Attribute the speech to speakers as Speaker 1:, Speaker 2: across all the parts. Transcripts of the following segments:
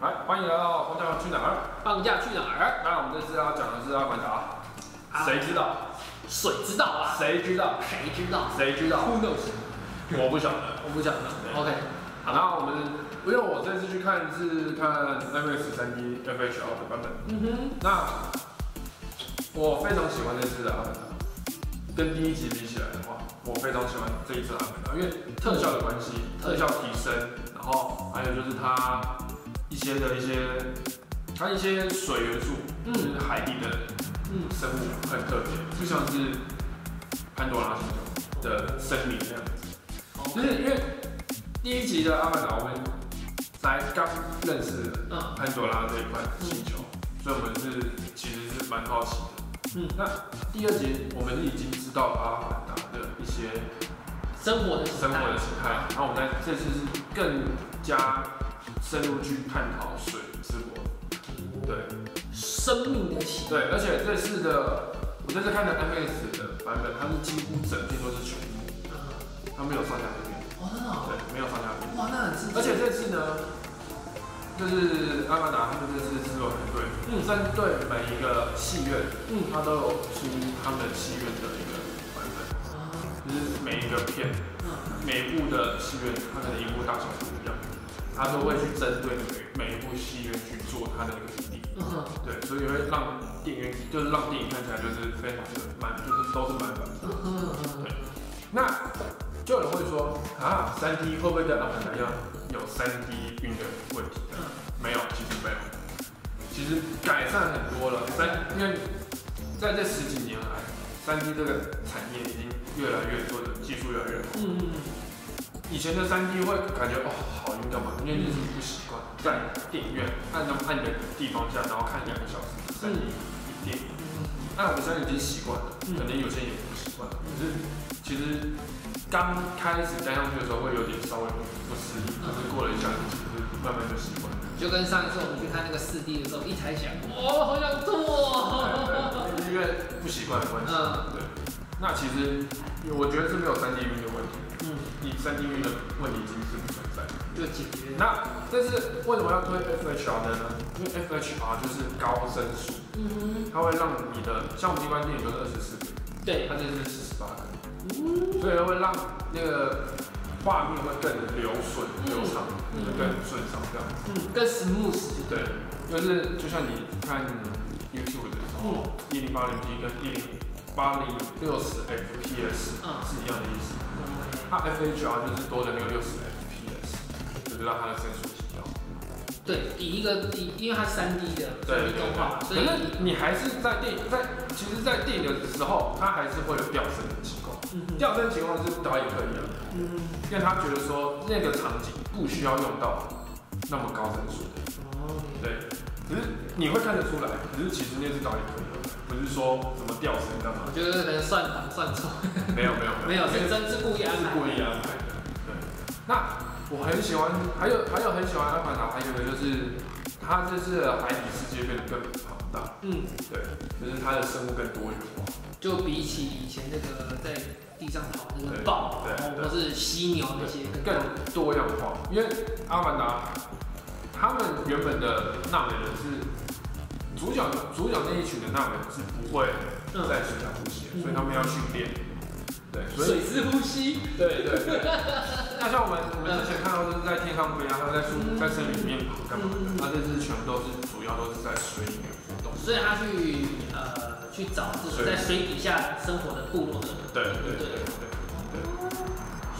Speaker 1: 来，欢迎来到放假去哪儿？
Speaker 2: 放假去哪儿？
Speaker 1: 那我们这次要讲的是阿凡达，
Speaker 2: 啊
Speaker 1: 谁知道？
Speaker 2: 谁知道啊？
Speaker 1: 谁知道？
Speaker 2: 谁知道
Speaker 1: 谁知道？
Speaker 2: ？Who knows？
Speaker 1: 我不晓得。
Speaker 2: 我不讲了。OK，
Speaker 1: 好，那我们因为我这次去看是看 IMAX 3 D FHR 的版本，
Speaker 2: 嗯哼，
Speaker 1: 那我非常喜欢这次的阿凡达，跟第一集比起来的话，我非常喜欢这一次的阿凡达，因为特效的关系，
Speaker 2: 嗯
Speaker 1: 特效提升，然后还有就是它一些的一些它一些水元素，就
Speaker 2: 嗯
Speaker 1: 是海底的
Speaker 2: 嗯，
Speaker 1: 生物很特别，就像是潘多拉星球的生命那样。就
Speaker 2: 哦，
Speaker 1: 是因为第一集的阿凡达，我们才刚认识
Speaker 2: 嗯
Speaker 1: 潘多拉这一块星球，所以我们是其实是蛮好奇的。
Speaker 2: 嗯，
Speaker 1: 那第二集我们已经知道阿凡达的一些
Speaker 2: 生活的
Speaker 1: 生活的形态，然后我们在这次是更加深入去探讨水之国。对
Speaker 2: 生命的喜，
Speaker 1: 对，而且这次的我这次看的 MS 的版本，它是几乎整片都是全部，
Speaker 2: 嗯
Speaker 1: 它没有上下片，
Speaker 2: 哇，真的哦，
Speaker 1: 对，没有上下片。
Speaker 2: 哇，那很刺激。
Speaker 1: 而且这次呢，就是阿凡达他们这次制作团队，
Speaker 2: 嗯
Speaker 1: 针对每一个戏院，
Speaker 2: 嗯
Speaker 1: 他都有出他们戏院的一个版本，
Speaker 2: 啊
Speaker 1: 就是每一个片，
Speaker 2: 嗯
Speaker 1: 每一部的戏院，它可能一部大小不一样，他都会去针对每每一部戏院去做它的那个比例。
Speaker 2: 嗯哼
Speaker 1: 对，所以会让电影院就是让电影看起来就是非常的满，就是都是满版。
Speaker 2: 嗯哼嗯哼
Speaker 1: 那就有人会说啊，三 D 会不会跟阿凡达一样有三 D 晕的问题？
Speaker 2: 嗯
Speaker 1: 没有，其实没有，其实改善很多了。三，因为在这十几年来，三 D 这个产业已经越来越多的技术越来越好。
Speaker 2: 嗯嗯
Speaker 1: 以前的三 D 会感觉哦好晕干嘛？因为就是不习惯在电影院按那么暗的地方下，然后看两个小时三 D 电影。
Speaker 2: 嗯
Speaker 1: 那我们现在已经习惯了，
Speaker 2: 嗯
Speaker 1: 可能有些人也不习惯。可是其实刚开始加上去的时候会有点稍微不适应，可是过了一下子，其实慢慢就习惯了。
Speaker 2: 就跟上一次我们去看那个四 D 的时候，一抬起来，哇，好想吐哦。
Speaker 1: 对，因为不习惯的关系。
Speaker 2: 嗯
Speaker 1: 对，那其实我觉得是没有三 D 晕的问题，
Speaker 2: 嗯，
Speaker 1: 你三 D 晕的问题已经是不存在的。
Speaker 2: 就解决。
Speaker 1: 那这是为什么要推 FHR 的呢？因为 FHR 就是高帧数，
Speaker 2: 嗯，
Speaker 1: 它会让你的像我们一般电影都是二十四格，
Speaker 2: 对，
Speaker 1: 它这是四十八格。
Speaker 2: 嗯
Speaker 1: 所以会让那个画面会更流顺、
Speaker 2: 嗯
Speaker 1: 流畅，
Speaker 2: 嗯
Speaker 1: 就更顺畅这样。
Speaker 2: 嗯，更 smooth 就对
Speaker 1: 对，就是就像你看 YouTube 的时候，一零八零 P 跟一零八零六十 FPS
Speaker 2: 嗯
Speaker 1: 是一样的意思。它 FHR 就是多的那个六十 FPS，就是让它的帧数提高。
Speaker 2: 对，以一个以，因为它三 D 的，三 D 动画，所
Speaker 1: 可
Speaker 2: 以
Speaker 1: 是你还是在电影在，其实，在电影的时候，它还是会有掉帧的情况。
Speaker 2: 嗯哼
Speaker 1: 掉帧情况是导演可以的。
Speaker 2: 嗯
Speaker 1: 因为他觉得说那个场景不需要用到那么高帧数的，
Speaker 2: 哦，
Speaker 1: 对。可是你会看得出来，可是其实那是导演可以的，不是说什么吊绳干嘛
Speaker 2: 我？觉得可能算盘算错，
Speaker 1: 没 有没有
Speaker 2: 没有，
Speaker 1: 这
Speaker 2: 是真是故意安
Speaker 1: 是
Speaker 2: 排。
Speaker 1: 故意安排的。对，那我很喜欢，还有还有很喜欢阿凡达，还有一个就是它这次的海底世界变得更庞大，
Speaker 2: 嗯，
Speaker 1: 对，就是它的生物更多元化。
Speaker 2: 就比起以前那个在地上跑那个豹，
Speaker 1: 对对
Speaker 2: 然后或是犀牛那些，
Speaker 1: 更多样化，因为阿凡达他们原本的纳美人是主角主角那一群的纳美人是不会
Speaker 2: 嗯，
Speaker 1: 在水下呼吸的，
Speaker 2: 嗯
Speaker 1: 所以他们要训练。对，所以
Speaker 2: 水之呼吸，
Speaker 1: 对对对。那像我们我们之前看到就是在天上飞啊，他们在树
Speaker 2: 嗯
Speaker 1: 在森林里面跑干嘛的
Speaker 2: 嗯，
Speaker 1: 那这次全部都是主要都是在水里面活动。
Speaker 2: 所以他去呃去找这种在水底下生活的部落的人，
Speaker 1: 对对
Speaker 2: 对
Speaker 1: 对对对
Speaker 2: 对
Speaker 1: 对。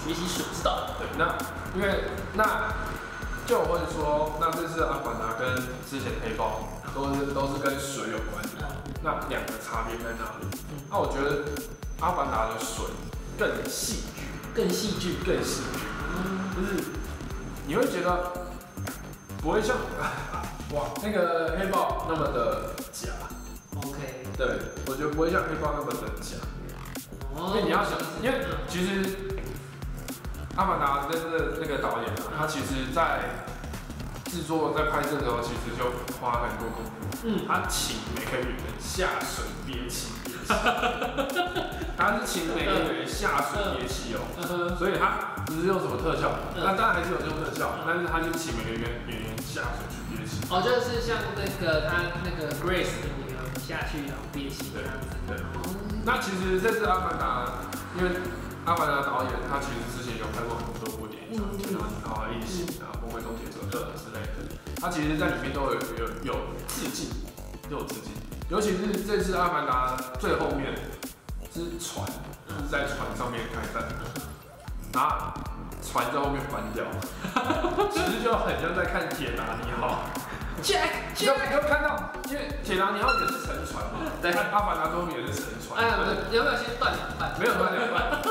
Speaker 2: 学习水之道。
Speaker 1: 对，那因为那就我会说，那这次阿凡达跟之前黑豹都是都是跟水有关的，那两个差别在哪里？那我觉得阿凡达的水更戏剧，
Speaker 2: 更戏剧，
Speaker 1: 更戏剧，
Speaker 2: 嗯
Speaker 1: 就是你会觉得不会像 哇那个黑豹那么的假，
Speaker 2: ，OK，
Speaker 1: 对我觉得不会像黑豹那么的假。
Speaker 2: 哦
Speaker 1: 因为你要想，因为其实《阿凡达》的那那个导演啊，他其实在制作、在拍摄的时候，其实就花很多功夫。
Speaker 2: 嗯，
Speaker 1: 他请每个演员下水憋气，憋气他是请每个演员下水憋气哦。
Speaker 2: 嗯哼
Speaker 1: 所以他不是用什么特效，
Speaker 2: 嗯
Speaker 1: 那当然还是有用特效，但是他就请每个演员演员下水去憋气。
Speaker 2: 哦，就是像那个他那个 Grace 的女儿下去然后憋气这样子。
Speaker 1: 对
Speaker 2: 哦
Speaker 1: 那其实这次《阿凡达》，因为《阿凡达》导演他其实之前有拍过很多部电影，像《天堂》啊、《异形》啊、《魔鬼终结者》之类的，他其实在里面都有有有致敬，都有致敬。尤其是这次《阿凡达》最后面是船，就是在船上面开战，然后船在后面翻掉，其实就很像在看《铁达尼号》。
Speaker 2: Jack
Speaker 1: 你有
Speaker 2: Jack，
Speaker 1: 你有看到，因为《铁达尼号》也是沉船嘛，
Speaker 2: 对
Speaker 1: 那阿凡达》最后面也是沉船。
Speaker 2: 哎，对，有没有先断两半？
Speaker 1: 没有翻两半，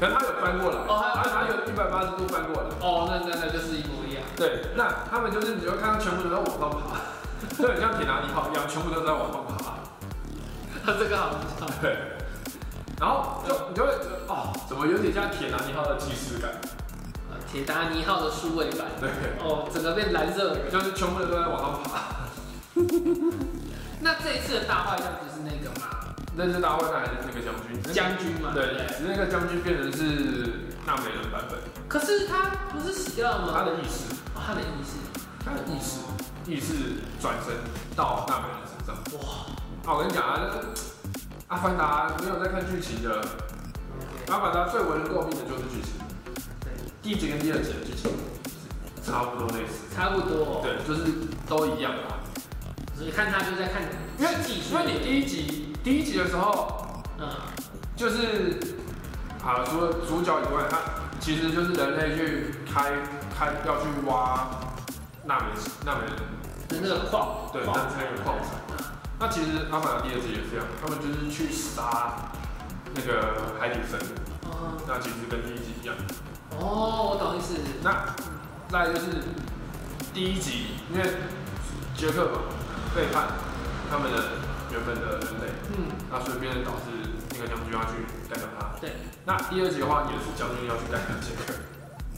Speaker 1: 可能他有翻过来，
Speaker 2: 哦他有
Speaker 1: 他他有一百八十度翻过来。
Speaker 2: 哦，那那那就是一模一样。
Speaker 1: 对，那他们就是你会看到全部都在往上爬，就很像铁达尼号一样，全部都在往上爬。
Speaker 2: 他这个好不错。
Speaker 1: 对，然后就你就会觉得哦，怎么有点像铁达尼号的既视感？
Speaker 2: 呃铁达尼号的数位版，
Speaker 1: 对，
Speaker 2: 哦，整个变蓝色人。
Speaker 1: 就是全部人都在往上爬。
Speaker 2: 那这一次的大坏蛋不是那个吗？
Speaker 1: 那是大卫还是那个将军？
Speaker 2: 将军嘛，对不
Speaker 1: 对，
Speaker 2: 对？
Speaker 1: 只是那个将军变成是纳美人版本，
Speaker 2: 可是他不是死掉了吗？
Speaker 1: 他的意识，
Speaker 2: 哦他的意思，
Speaker 1: 他的意识，意识转身到纳美人身上。
Speaker 2: 哇，
Speaker 1: 啊，我跟你讲啊，那个阿凡达没有在看剧情的，阿凡达最为人诟病的就是剧情，
Speaker 2: 对，
Speaker 1: 第一集跟第二集的剧情差不多类似，
Speaker 2: 差不多哦。
Speaker 1: 对，就是都一样啊。
Speaker 2: 所以看他就在看
Speaker 1: 因为
Speaker 2: 技术
Speaker 1: 因，为你第一集第一集的时候，
Speaker 2: 嗯，
Speaker 1: 就是啊，除了主角以外，他其实就是人类去开开要去挖纳美纳美人
Speaker 2: 的那个矿，
Speaker 1: 对
Speaker 2: 矿
Speaker 1: 那才有矿产。那其实阿凡达第二集也是这样，他们就是去杀那个海底生物，
Speaker 2: 哦
Speaker 1: 那其实跟第一集一样。
Speaker 2: 哦，我懂意思。
Speaker 1: 那再来就是第一集，因为杰克嘛背叛他们的原本的人类，
Speaker 2: 嗯，
Speaker 1: 那所以变成导致那个将军要去干掉他。
Speaker 2: 对，
Speaker 1: 那第二集的话也是将军要去干掉杰克，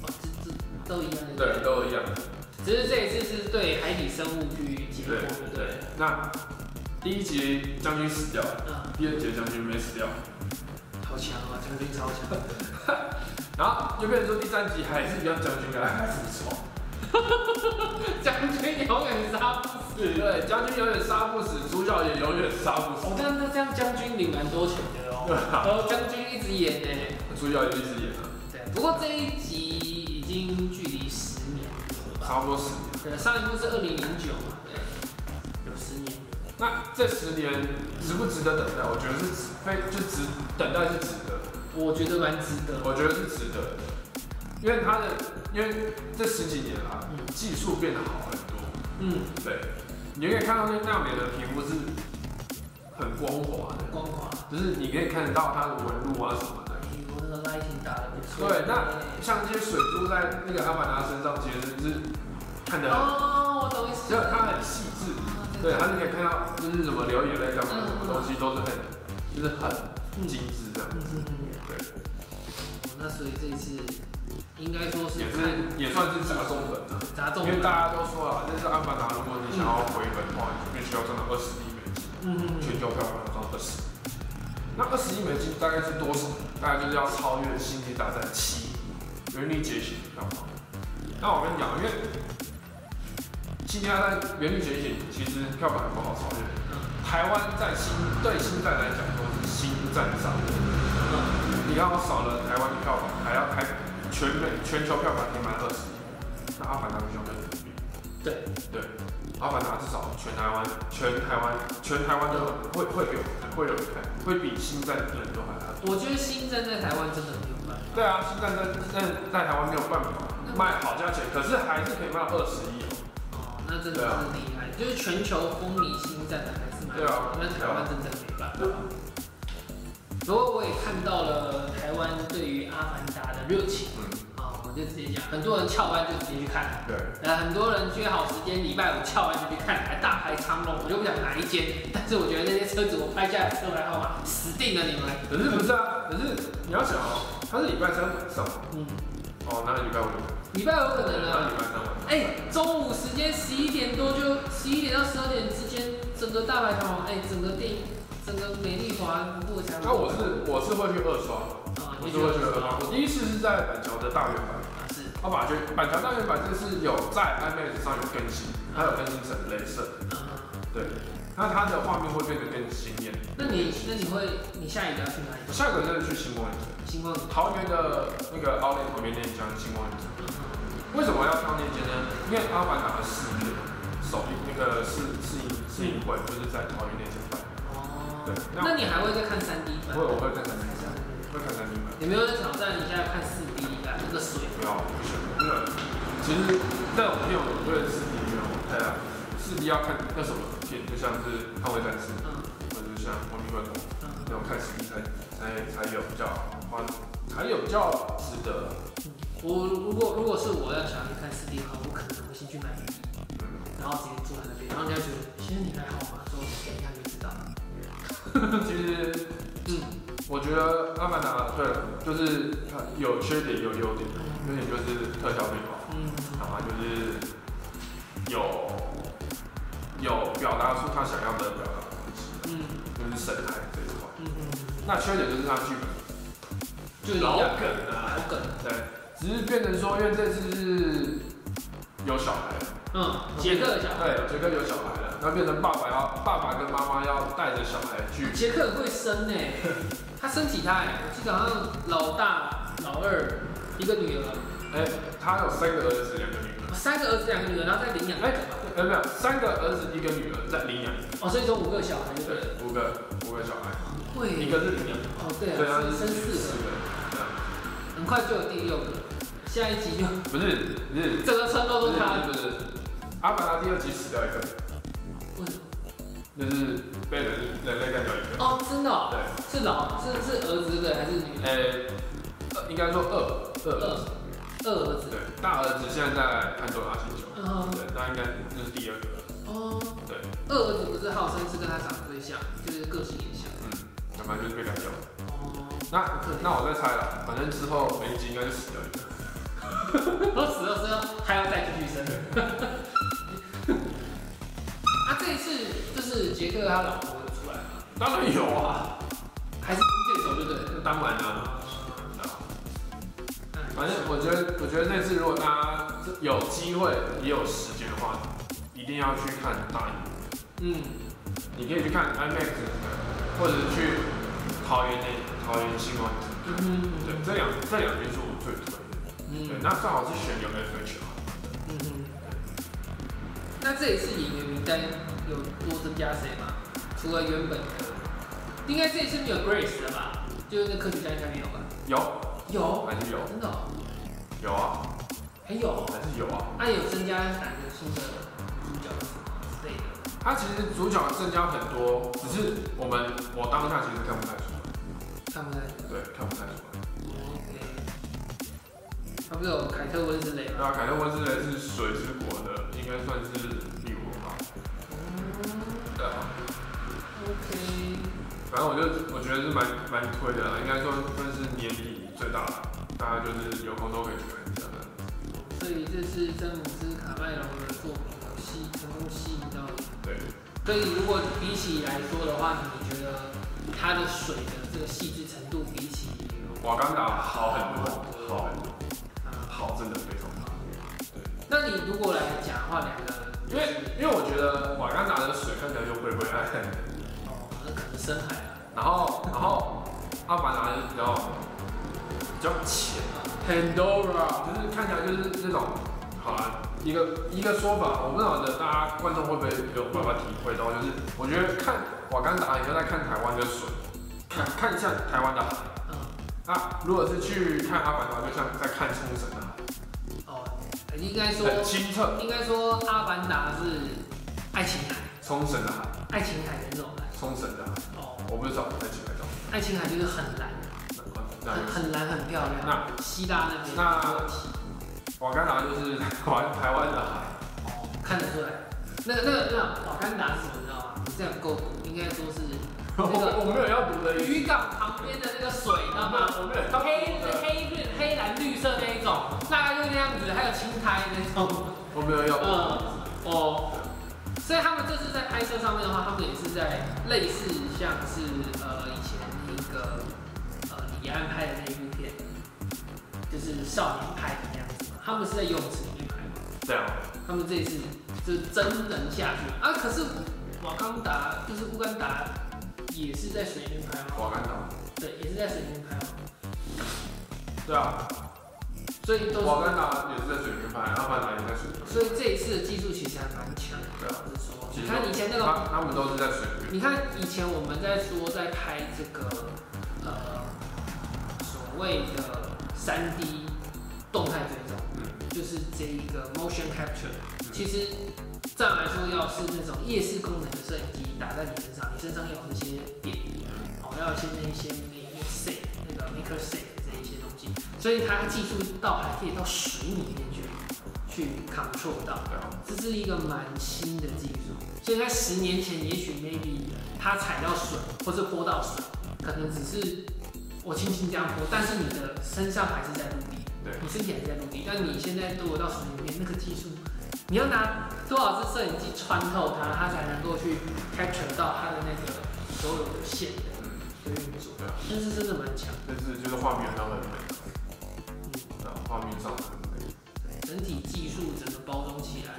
Speaker 2: 哦，这这都一样的。
Speaker 1: 对，都一样。
Speaker 2: 只是这一次是对海底生物去解剖，对不对？
Speaker 1: 那第一集将军死掉了，
Speaker 2: 嗯，
Speaker 1: 第二集将军没死掉，
Speaker 2: 好强啊，将军超强。
Speaker 1: 然后就变成说第三集还是一样将军来复仇。
Speaker 2: 将军永远杀不死。
Speaker 1: 对，将军永远杀不死，主角也永远杀不死
Speaker 2: 哦，，但那这样将军领蛮多钱的 哦。
Speaker 1: 对啊
Speaker 2: 然后将军一直演呢。
Speaker 1: 主角也一直演啊，
Speaker 2: 对，不过这一集已经距离十年了吧？
Speaker 1: 差不多死。
Speaker 2: 对，上一部是二零零九嘛，对，有十年。
Speaker 1: 那这十年值不值得等待？我觉得是值，非就值等待是值得，
Speaker 2: 我觉得蛮值得。
Speaker 1: 我觉得是值得的，因为他的因为这十几年啊，
Speaker 2: 嗯
Speaker 1: 技术变得好很多，
Speaker 2: 嗯，
Speaker 1: 对，你可以看到那纳美的皮肤是很光滑的，
Speaker 2: 光滑。
Speaker 1: 就是你可以看得到它的纹路啊什么的。
Speaker 2: 美国那个 lighting 打得不错。
Speaker 1: 对，那像这些水珠在那个阿凡达身上，其实是看得很，
Speaker 2: 哦，我懂意思。
Speaker 1: 只有它很细致，对，它是可以看到就是什么流眼泪这样的什么东西都是很就是很精致这样。
Speaker 2: 嗯嗯嗯
Speaker 1: 对。
Speaker 2: 那所以这一次应该说是
Speaker 1: 也是
Speaker 2: 看
Speaker 1: 也算是砸中本了、
Speaker 2: 砸中
Speaker 1: 因
Speaker 2: 了，
Speaker 1: 为大家都说了，这是阿凡达，如果你想要回本的话，你必须要赚到二十亿美金，
Speaker 2: 嗯嗯
Speaker 1: 全球票房要赚二十。那二十亿美金大概是多少？大概就是要超越《星际大战七》原力觉醒的票房。那我跟你讲，因为《星际大战原力觉醒》其实票房也不好超越，台湾在星对星战来讲都是星战上
Speaker 2: 嗯
Speaker 1: 你要少了台湾的票房，还要还全美全球票房可以卖二十亿，那阿凡达不需要跟人比。
Speaker 2: 对
Speaker 1: 对，阿凡达至少全台湾全台湾全台湾都会会有会有人看，会比星战的人都还看。
Speaker 2: 我觉得新政在台湾真的很有办法。
Speaker 1: 对啊，星战在在在台湾没有办法卖好价钱，可是还是可以卖二十亿哦。
Speaker 2: 哦，那真的是厉害，就是全球风靡新战的还是蛮
Speaker 1: 对啊
Speaker 2: 多，但台湾真的没办法。不过我也看到了台湾对于《阿凡达》的热情
Speaker 1: 嗯，
Speaker 2: 啊，我就直接讲，很多人翘班就直接去看了。
Speaker 1: 对，啊
Speaker 2: 呃，很多人约好时间，礼拜五翘完就去看，还大排长龙。我就不讲哪一间，但是我觉得那些车主我拍下来车牌号码，死定了你们。
Speaker 1: 可是不是啊？可是你要想哦，它是礼拜三晚上
Speaker 2: 嗯，
Speaker 1: 哦，那礼拜五，
Speaker 2: 礼拜五可能
Speaker 1: 那
Speaker 2: 啊，
Speaker 1: 礼拜三晚上。
Speaker 2: 哎、中午时间十一点多就十一点到十二点之间，整个大排长龙，哎、整个电影，整个美丽华不才。
Speaker 1: 那我是我是会去二刷的。
Speaker 2: 啊，
Speaker 1: 我
Speaker 2: 你
Speaker 1: 是
Speaker 2: 觉
Speaker 1: 会
Speaker 2: 得
Speaker 1: 觉得很好。我第一次是在板桥的大圆板，
Speaker 2: 是
Speaker 1: 啊，它版权版权单元版这次有在 IMAX 上有更新，它有更新成镭射，
Speaker 2: 嗯
Speaker 1: 对，那它的画面会变得更鲜艳。
Speaker 2: 那你那你会你下一个要去哪里
Speaker 1: 我？下个真的去星光影城，
Speaker 2: 星光影城
Speaker 1: 桃园的那个奥莱旁边那一家星光影城，为什么要挑那间呢？因为阿凡达的试映首映那个试试映试映会就是在桃园那间办，对
Speaker 2: 哦，
Speaker 1: 那
Speaker 2: 那你还会再看三 D 版？
Speaker 1: 我我会看三明版，会看三明版。
Speaker 2: 有没有挑战一下看四 D 版那个水？
Speaker 1: 不要，不行，因为其实在我没有我对四 D 没有太大，四 D 要看那什么片，就像是《捍卫战士》
Speaker 2: 嗯
Speaker 1: 或者是像《亡命关头》
Speaker 2: 嗯
Speaker 1: 那种看四 D 才才才有比较花，才有比较值得。
Speaker 2: 嗯，我如果如果是我要想要去看四 D 的话，我可能会先去买一个
Speaker 1: 嗯，
Speaker 2: 然后直接坐在那边，然后人家觉得先生你还好吗？说等一下就知道。
Speaker 1: 其实
Speaker 2: 嗯，
Speaker 1: 我觉得《阿凡达》对，就是它有缺点也有优点，优点就是特效最好，
Speaker 2: 嗯，
Speaker 1: 然后就是有有表达出他想要的表达的东西，
Speaker 2: 嗯
Speaker 1: 就是神态这一块。
Speaker 2: 嗯嗯，
Speaker 1: 那缺点就是它剧本。
Speaker 2: 就一
Speaker 1: 老
Speaker 2: 样，
Speaker 1: 梗啊，
Speaker 2: 老梗。
Speaker 1: 对，只是变成说，因为这次是有小孩，
Speaker 2: 嗯，杰克的小孩，
Speaker 1: 对，杰克有小孩了，那变成爸爸要爸爸跟妈妈要带着小孩去，
Speaker 2: 杰克很会生呢、他生几胎？我记得好像老大、老二，一个女儿，
Speaker 1: 哎、他有三个儿子，两个女儿，
Speaker 2: 三个儿子两个女儿，然后再领养一
Speaker 1: 哎
Speaker 2: 个吧。
Speaker 1: 呃，没有，三个儿子一个女儿在领养，
Speaker 2: 哦，所以说五个小孩就对了。
Speaker 1: 对，五个五个小孩，
Speaker 2: 会
Speaker 1: 一个是领养，
Speaker 2: 哦，对
Speaker 1: 对
Speaker 2: 啊
Speaker 1: 啊，，
Speaker 2: 生
Speaker 1: 四
Speaker 2: 四
Speaker 1: 个，这样
Speaker 2: 个，很快就有第六个，下一集就
Speaker 1: 不是不是
Speaker 2: 整个村
Speaker 1: 不
Speaker 2: 都
Speaker 1: 是
Speaker 2: 是他。
Speaker 1: 不是，阿凡达第二集死掉一个，
Speaker 2: 为什么
Speaker 1: 就是被人人类干掉一个，
Speaker 2: 哦，真的哦、
Speaker 1: 对，
Speaker 2: 是老是是儿子对不对还是女儿？
Speaker 1: 哎、呃应该说二二儿子。
Speaker 2: 二儿子。
Speaker 1: 对，大儿子现在在潘多拉星球，
Speaker 2: 嗯
Speaker 1: 对，那应该就是第二个了，
Speaker 2: 哦，
Speaker 1: 对，
Speaker 2: 二儿子不是好生是跟他长得最像，就是个性也像。
Speaker 1: 嗯，要不然就是被干掉了。
Speaker 2: 哦，
Speaker 1: 那那我再猜了，反正之后每一集应该就死掉一个。
Speaker 2: 我 死了之后还要再继续生。 啊，这一次就是杰克他老婆有出来吗？
Speaker 1: 当然有啊，
Speaker 2: 还是弓箭手就对了。
Speaker 1: 当然啦、
Speaker 2: 嗯
Speaker 1: 反正我觉得，我觉得这次如果大家有机会也有时间的话，一定要去看大荧幕。
Speaker 2: 嗯，
Speaker 1: 你可以去看 IMAX，或者去桃园那桃园星光影城。
Speaker 2: 嗯哼
Speaker 1: 对，这两这两边是我最推的。
Speaker 2: 嗯
Speaker 1: 对，那最好是选有 FHR。
Speaker 2: 嗯哼，那这一次演员名单有多增加谁吗？除了原本的，应该这一次没有 Grace 了吧？就是那科学家应该没有吧？
Speaker 1: 有，
Speaker 2: 有，
Speaker 1: 还是有，
Speaker 2: 真的、哦，
Speaker 1: 有啊，
Speaker 2: 还有，
Speaker 1: 还是有啊。
Speaker 2: 那、有增加哪个新的主角之类的？
Speaker 1: 他其实主角增加很多，只是我们我当下其实看不太出来，
Speaker 2: 看不太出来。
Speaker 1: 对，看不太出来。
Speaker 2: OK，他不是有凯特温之类吗？
Speaker 1: 那凯特温斯莱是水之国的，应该算是帝国吧？
Speaker 2: 嗯
Speaker 1: 对啊，
Speaker 2: ，OK，
Speaker 1: 反正我就我觉得是蛮蛮推的啦，应该算算是年底最大的，大家就是有空都可以去看一下的。
Speaker 2: 所以这次詹姆斯卡麦隆的作品有吸成功吸引到你。
Speaker 1: 对，
Speaker 2: 所以如果比起来说的话，你觉得它的水的这个细致程度比起
Speaker 1: 瓦干达好很多，好很多，
Speaker 2: 啊，
Speaker 1: 好真的非常好。
Speaker 2: 那你如果来讲的话，两个
Speaker 1: 因为因为我觉得瓦干达的水看起来就灰灰暗暗的，
Speaker 2: 哦，那可能深海啊，
Speaker 1: 然后然后阿凡达就比较比较浅。啊
Speaker 2: Pandora，
Speaker 1: 就是看起来就是那种，好啊，一个一个说法，我不晓得大家观众会不会有办法体会到，就是我觉得看瓦干达，你就在看台湾的水，看看一下台湾的海。
Speaker 2: 嗯，
Speaker 1: 那如果是去看阿凡达，就像在看冲绳的海，
Speaker 2: 哦，应该说
Speaker 1: 很清澈。
Speaker 2: 应该说阿凡达是爱琴海，
Speaker 1: 冲绳的海，
Speaker 2: 爱琴海的那种蓝
Speaker 1: 冲绳的海，
Speaker 2: 哦，
Speaker 1: 我不知道在几海岛。
Speaker 2: 爱琴海就是很蓝，
Speaker 1: 那
Speaker 2: 很很蓝很漂亮，
Speaker 1: 那
Speaker 2: 希腊那边
Speaker 1: 那瓦干达就是玩台湾的海，
Speaker 2: 哦，看得出来。那个、那个、那个瓦干达是什么，你知道吗？你这样够毒，应该说是
Speaker 1: 我 我没有要读的意思，
Speaker 2: 渔港旁边的那个水，你知道吗？
Speaker 1: 我没有要
Speaker 2: 黑
Speaker 1: 读的，
Speaker 2: 黑绿黑蓝绿色那一种，大概就那样子，还有青苔那种。
Speaker 1: 我没有要读。
Speaker 2: 嗯，哦，所以他们这次在拍摄上面的话，他们也是在类似像是呃以前那个呃李安拍的那一部片，就是少年派的那样子嘛，他们是在游泳池里面拍嘛，
Speaker 1: 这样，
Speaker 2: 他们这一次就是真人下去嘛啊，可是瓦冈达就是乌干达也是在水里面拍嘛，
Speaker 1: 瓦干达，
Speaker 2: 对，也是在水里面拍嘛，
Speaker 1: 对啊，
Speaker 2: 啊所以都
Speaker 1: 瓦
Speaker 2: 是，
Speaker 1: 干达也是在水里面拍，阿凡达也在水里面
Speaker 2: 所以这一次的技术其实还蛮强的，
Speaker 1: 对啊
Speaker 2: 老实说，
Speaker 1: 其
Speaker 2: 你
Speaker 1: 实
Speaker 2: 看以前那
Speaker 1: 拍，
Speaker 2: 个
Speaker 1: 他他们都是在水里面，
Speaker 2: 你看以前我们在说在拍这个呃所谓的三 D 动态追踪，
Speaker 1: 嗯，
Speaker 2: 就是这一个 motion capture，
Speaker 1: 嗯
Speaker 2: 其实照来说要是那种夜视功能的摄影机打在你身上，你身上要有那些点，哦，要有一些那一些 make safe 那个 maker safe 这一些东西，所以它技术到还可以到十米里面去去 control 到。
Speaker 1: 对啊，
Speaker 2: 这是一个蛮新的技术，所以在十年前，也许 maybe 它踩到水或是泼到水，可能只是我轻轻这样泼，但是你的身上还是在陆地，
Speaker 1: 对
Speaker 2: 你身体还是在陆地，但你现在躲到水里面，那个技术，你要拿多少只摄影机穿透它，它才能够去 capture 到它的那个所有的线的
Speaker 1: 嗯，
Speaker 2: 的运作，
Speaker 1: 对啊，
Speaker 2: 但是真的蛮强，
Speaker 1: 但是就是画面上很美，
Speaker 2: 嗯，
Speaker 1: 对啊，画面上很美，
Speaker 2: 对，啊整体技术整个包装起来，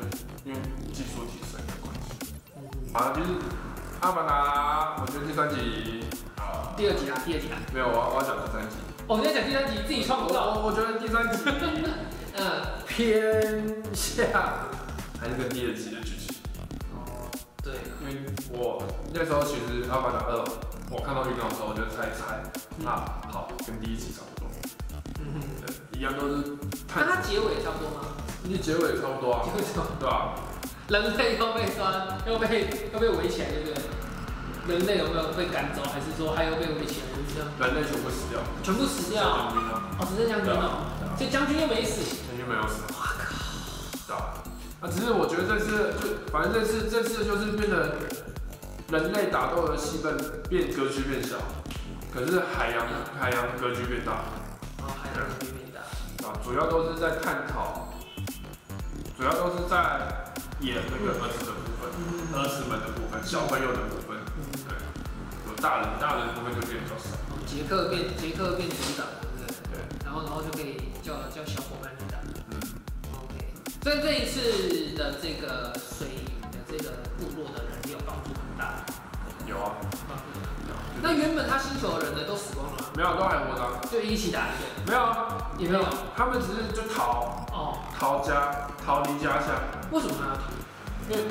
Speaker 1: 因为嗯技术提升的关系。
Speaker 2: 嗯，
Speaker 1: 好，就是阿凡达，我觉得第三集啊，
Speaker 2: 第二集啦，第二集啦，
Speaker 1: 没有，我要我要讲第三集，
Speaker 2: 哦我们在讲第三集，自己创造。
Speaker 1: 我我觉得第三集
Speaker 2: 嗯，
Speaker 1: 偏向还是跟第二集的剧情。
Speaker 2: 哦，对了，
Speaker 1: 因为我那时候其实《阿凡达二》，我看到预告的时候我就猜一猜，那好，跟第一集差不多，
Speaker 2: 嗯哼，
Speaker 1: 对，一样都是
Speaker 2: 那
Speaker 1: 探
Speaker 2: 它结尾差不多 吗？
Speaker 1: 因为结尾也差不多啊，
Speaker 2: 结尾差不多，
Speaker 1: 对吧、
Speaker 2: 人类又被抓， 又被又被围起来，对不对？人类有没有被赶走，还是说他又被围起来，就是这样，
Speaker 1: 人类全部死掉，
Speaker 2: 全部死掉？
Speaker 1: 将军啊，
Speaker 2: 哦，只剩将军哦，
Speaker 1: 对啊
Speaker 2: 所以将军又没死。
Speaker 1: 将军没有死，哇靠，对吧、那只是我觉得这次就反正这次这次就是变得人类打斗的戏份变格局变小，可是海洋海洋格局变大，
Speaker 2: 然后哦还有人被灭打。
Speaker 1: 啊，主要都是在探讨，主要都是在演那个儿子的部分，
Speaker 2: 嗯
Speaker 1: 儿子们的部分，小朋友的部分，
Speaker 2: 嗯，
Speaker 1: 对，有大人，大人的部分就变比较少，
Speaker 2: 哦杰克变杰克变组长，对不对？
Speaker 1: 对，
Speaker 2: 然后然后就可以叫叫小伙伴去打。
Speaker 1: 嗯，
Speaker 2: OK，所以这一次的这个水影的这个部落的人也有帮助很大，
Speaker 1: 有啊，
Speaker 2: 帮助很大。
Speaker 1: 有啊
Speaker 2: 那原本他星球的人呢都死光了吗，
Speaker 1: 没有都还活着啊，
Speaker 2: 就一起打一个，
Speaker 1: 没有啊，
Speaker 2: 也没有
Speaker 1: 他们只是就逃
Speaker 2: 哦。
Speaker 1: 逃家，逃离家乡，
Speaker 2: 为什么他要停？
Speaker 1: 因为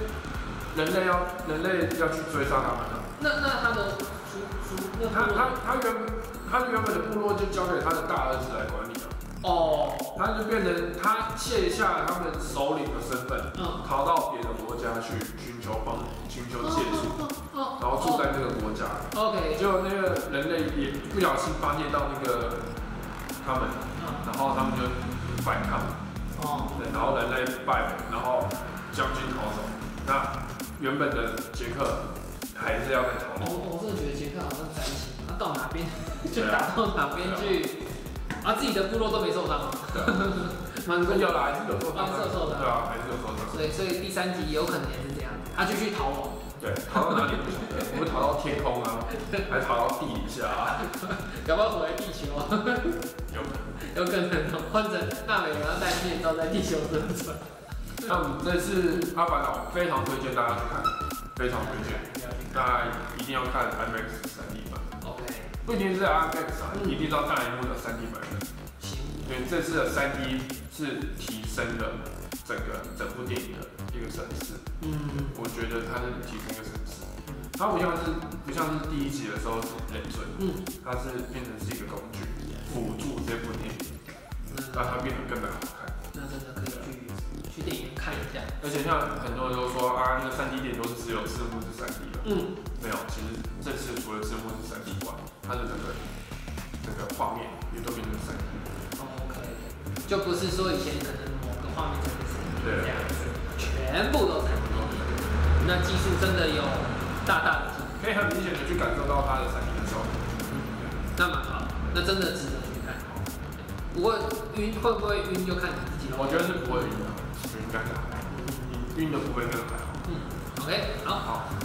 Speaker 1: 人类要人类要去追杀他们了。
Speaker 2: 那那他的族族那
Speaker 1: 他
Speaker 2: 部落
Speaker 1: 他他原他原本的部落就交给他的大儿子来管理了，
Speaker 2: 哦，
Speaker 1: 他就变成他卸下他们首领的身份。
Speaker 2: 嗯，
Speaker 1: 逃到别的国家去寻求帮寻求借助，
Speaker 2: 哦
Speaker 1: 然后住在那个国家，
Speaker 2: OK，
Speaker 1: 结果那个人类也不小心发现到那个他们，
Speaker 2: 嗯
Speaker 1: 然后他们就反抗，
Speaker 2: 哦，
Speaker 1: 对，然后人类败北，然后将军逃走，那原本的杰克还是要再逃走，
Speaker 2: 我我真的觉得杰克好像在一起，他到哪边 就打到哪边去，啊，自己的部落都没受伤吗？
Speaker 1: 对啊，
Speaker 2: 蛮
Speaker 1: 那
Speaker 2: 重
Speaker 1: 有
Speaker 2: 要的，
Speaker 1: 啦，还是有受伤
Speaker 2: 还是有受伤
Speaker 1: 对啊，还是有受伤，
Speaker 2: 所以所以第三集有可能也是这样，他继续逃亡，
Speaker 1: 对，逃到哪里不晓得，我们逃到天空啊，还逃到地底下啊，
Speaker 2: 搞不好回来地球啊，
Speaker 1: 有可能。
Speaker 2: 有可能哦换成娜美，然后戴面罩在地球生存。
Speaker 1: 那我们这次《阿凡达》我非常推荐大家去看，非常推 荐，大家一定要看 IMAX 3D 版，
Speaker 2: OK，
Speaker 1: 不一定是 IMAX 啊，
Speaker 2: 嗯
Speaker 1: 一定到大荧幕的 3D 版本，
Speaker 2: 行，
Speaker 1: 因为这次的 3D 是提升了整个整部电影的一个层次，
Speaker 2: 嗯，
Speaker 1: 我觉得它是提升一个层次，它不像是不像是第一集的时候是人嘴，
Speaker 2: 嗯，
Speaker 1: 它是变成是一个工具，辅助这部电影，
Speaker 2: 那
Speaker 1: 让它变得更好看。啊
Speaker 2: 那真的可以去去电影院看一下。
Speaker 1: 而且像很多人都说啊，那个 3D 点都是只有字幕是 3D 的。
Speaker 2: 嗯，
Speaker 1: 没有，其实这次除了字幕是三 D 外，它的整个整个画面也都变成三 D。
Speaker 2: 哦 OK，就不是说以前可能某个画面才是
Speaker 1: 对
Speaker 2: 这样子，全部都在那技术真的有大大的进步，
Speaker 1: 可以很明显的去感受到它的三 D 的效果。
Speaker 2: 那蛮好，那真的值得去看。不过晕会不会晕就看你自己了。
Speaker 1: 我觉得是不会晕的，应该是还好，
Speaker 2: 嗯
Speaker 1: 晕的部分更还好。
Speaker 2: 嗯，OK，好。
Speaker 1: 好，